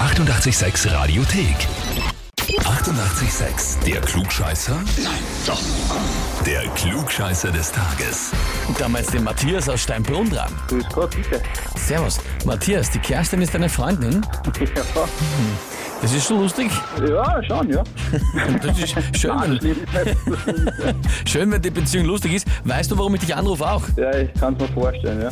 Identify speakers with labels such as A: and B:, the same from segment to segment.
A: 886 Radiothek. 88,6. Der Klugscheißer? Nein, doch. Der Klugscheißer des Tages.
B: Damals den Matthias aus Steinbrunn dran.
C: Grüß Gott, bitte.
B: Servus. Matthias, die Kerstin ist deine Freundin. Hm, Das ist schon lustig.
C: Ja, schon, ja.
B: Das ist schön, wenn,
C: Anschließend nicht.
B: schön, wenn die Beziehung lustig ist. Weißt du, warum ich dich anrufe auch?
C: Ja, ich kann es mir vorstellen, ja.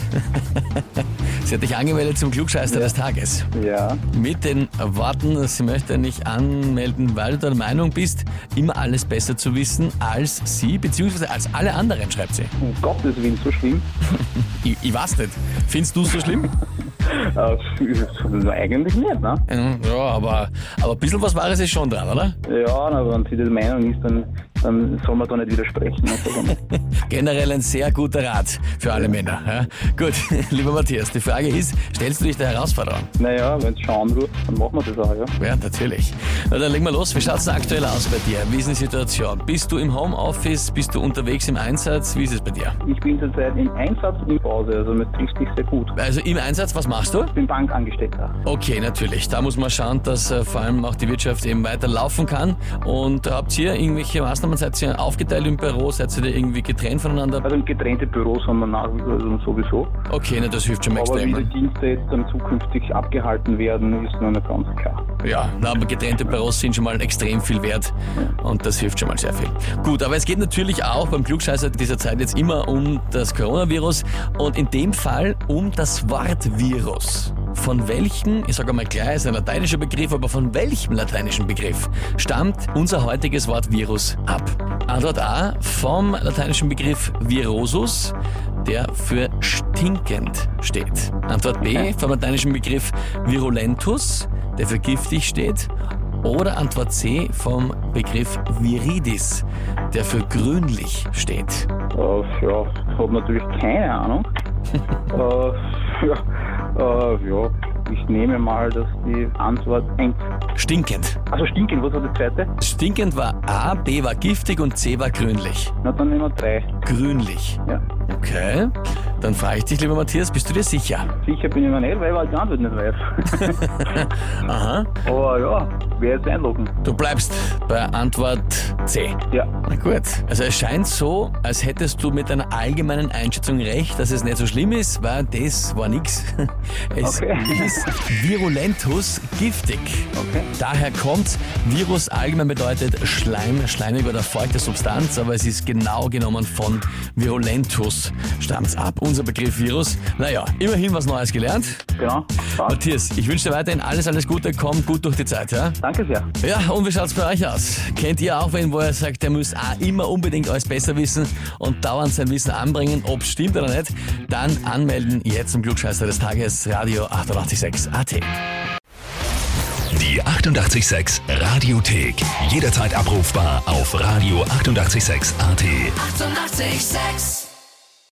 B: Sie hat dich angemeldet zum Klugscheißer des Tages.
C: Ja,
B: Mit den Worten, sie möchte nicht anmelden, weil du der Meinung bist, immer alles besser zu wissen als sie, beziehungsweise als alle anderen, schreibt sie.
C: um Gottes Willen, so schlimm.
B: Ich, ich weiß nicht. Findest du es so schlimm?
C: Äh, eigentlich nicht, ne?
B: Ja, aber, aber ein bisschen was Wahres ist schon dran, oder?
C: Ja, na, wenn sie der Meinung ist, dann, dann soll man da nicht widersprechen. Also, Und so.
B: Generell ein sehr guter Rat für alle Männer. Ja? Gut, lieber Matthias, die Frage ist, stellst du dich der Herausforderung?
C: naja, wenn es schon anruft, dann machen wir das auch, ja.
B: Ja, natürlich. Na, dann legen wir los. Wie schaut es aktuell aus bei dir? Wie ist die Situation? Bist du im Homeoffice? Bist du unterwegs im Einsatz? Wie ist es bei dir?
C: Ich bin zurzeit im Einsatz in Pause, also mir trifft sich sehr gut.
B: Also im Einsatz, was machst du?
C: Ich bin Bankangestellter.
B: Okay, natürlich. Da muss man schauen, dass äh, vor allem auch die Wirtschaft eben weiter laufen kann. Und habt ihr irgendwelche Maßnahmen? Seid ihr aufgeteilt im Büro? Seid ihr da irgendwie getrennt voneinander?
C: Also getrennte Büros haben wir nach wie vor also sowieso.
B: Okay, na, das hilft schon mal
C: Aber wie
B: extrem.
C: die
B: ne?
C: Dienste jetzt dann zukünftig abgehalten werden, ist noch nicht ganz klar.
B: Ja, na, aber getrennte Büros sind schon mal extrem viel wert und das hilft schon mal sehr viel. Gut, aber es geht natürlich auch beim Klugscheißer dieser Zeit jetzt immer um das Coronavirus und in dem Fall um das Wort Virus. Von welchem, ich sage mal klar, ist ein lateinischer Begriff, aber von welchem lateinischen Begriff stammt unser heutiges Wort Virus ab? Antwort A, vom lateinischen Begriff virosus, der für stinkend steht. Antwort B, vom lateinischen Begriff virulentus, der für giftig steht. Oder Antwort C vom Begriff viridis, der für grünlich steht.
C: Äh, ja, habe natürlich keine Ahnung. äh, ja, äh, ja, ich nehme mal, dass die Antwort ein.
B: Stinkend.
C: Also stinken, was war die zweite?
B: Stinkend war A, B war giftig und C war grünlich.
C: Na, dann nehmen wir drei.
B: Grünlich.
C: Ja.
B: Okay. Dann frage ich dich, lieber Matthias, bist du dir sicher?
C: Sicher bin ich mir nicht, weil ich halt die Antwort nicht weiß.
B: Aha.
C: Aber ja, wer jetzt einloggen?
B: Du bleibst bei Antwort C.
C: Ja.
B: Na gut. Also es scheint so, als hättest du mit deiner allgemeinen Einschätzung recht, dass es nicht so schlimm ist, weil das war nix. Es
C: Okay.
B: ist virulentus giftig.
C: Okay.
B: Daher kommt Virus allgemein bedeutet Schleim, schleimig oder feuchte Substanz, aber es ist genau genommen von virulentus stammt's ab. Unser Begriff Virus. Naja, immerhin was Neues gelernt.
C: Genau. Passt.
B: Matthias, ich wünsche dir weiterhin alles, alles Gute, komm gut durch die Zeit, ja?
C: Danke sehr.
B: Ja, und wie schaut's bei euch aus? Kennt ihr auch wen, wo ihr sagt, der muss auch immer unbedingt alles besser wissen und dauernd sein Wissen anbringen, ob's stimmt oder nicht? Dann anmelden jetzt zum Glückscheißer des Tages, Radio 886 AT.
A: Die 88,6 Radiothek. Jederzeit abrufbar auf radio886.at. 88,6.
D: Eighty-eight, sex.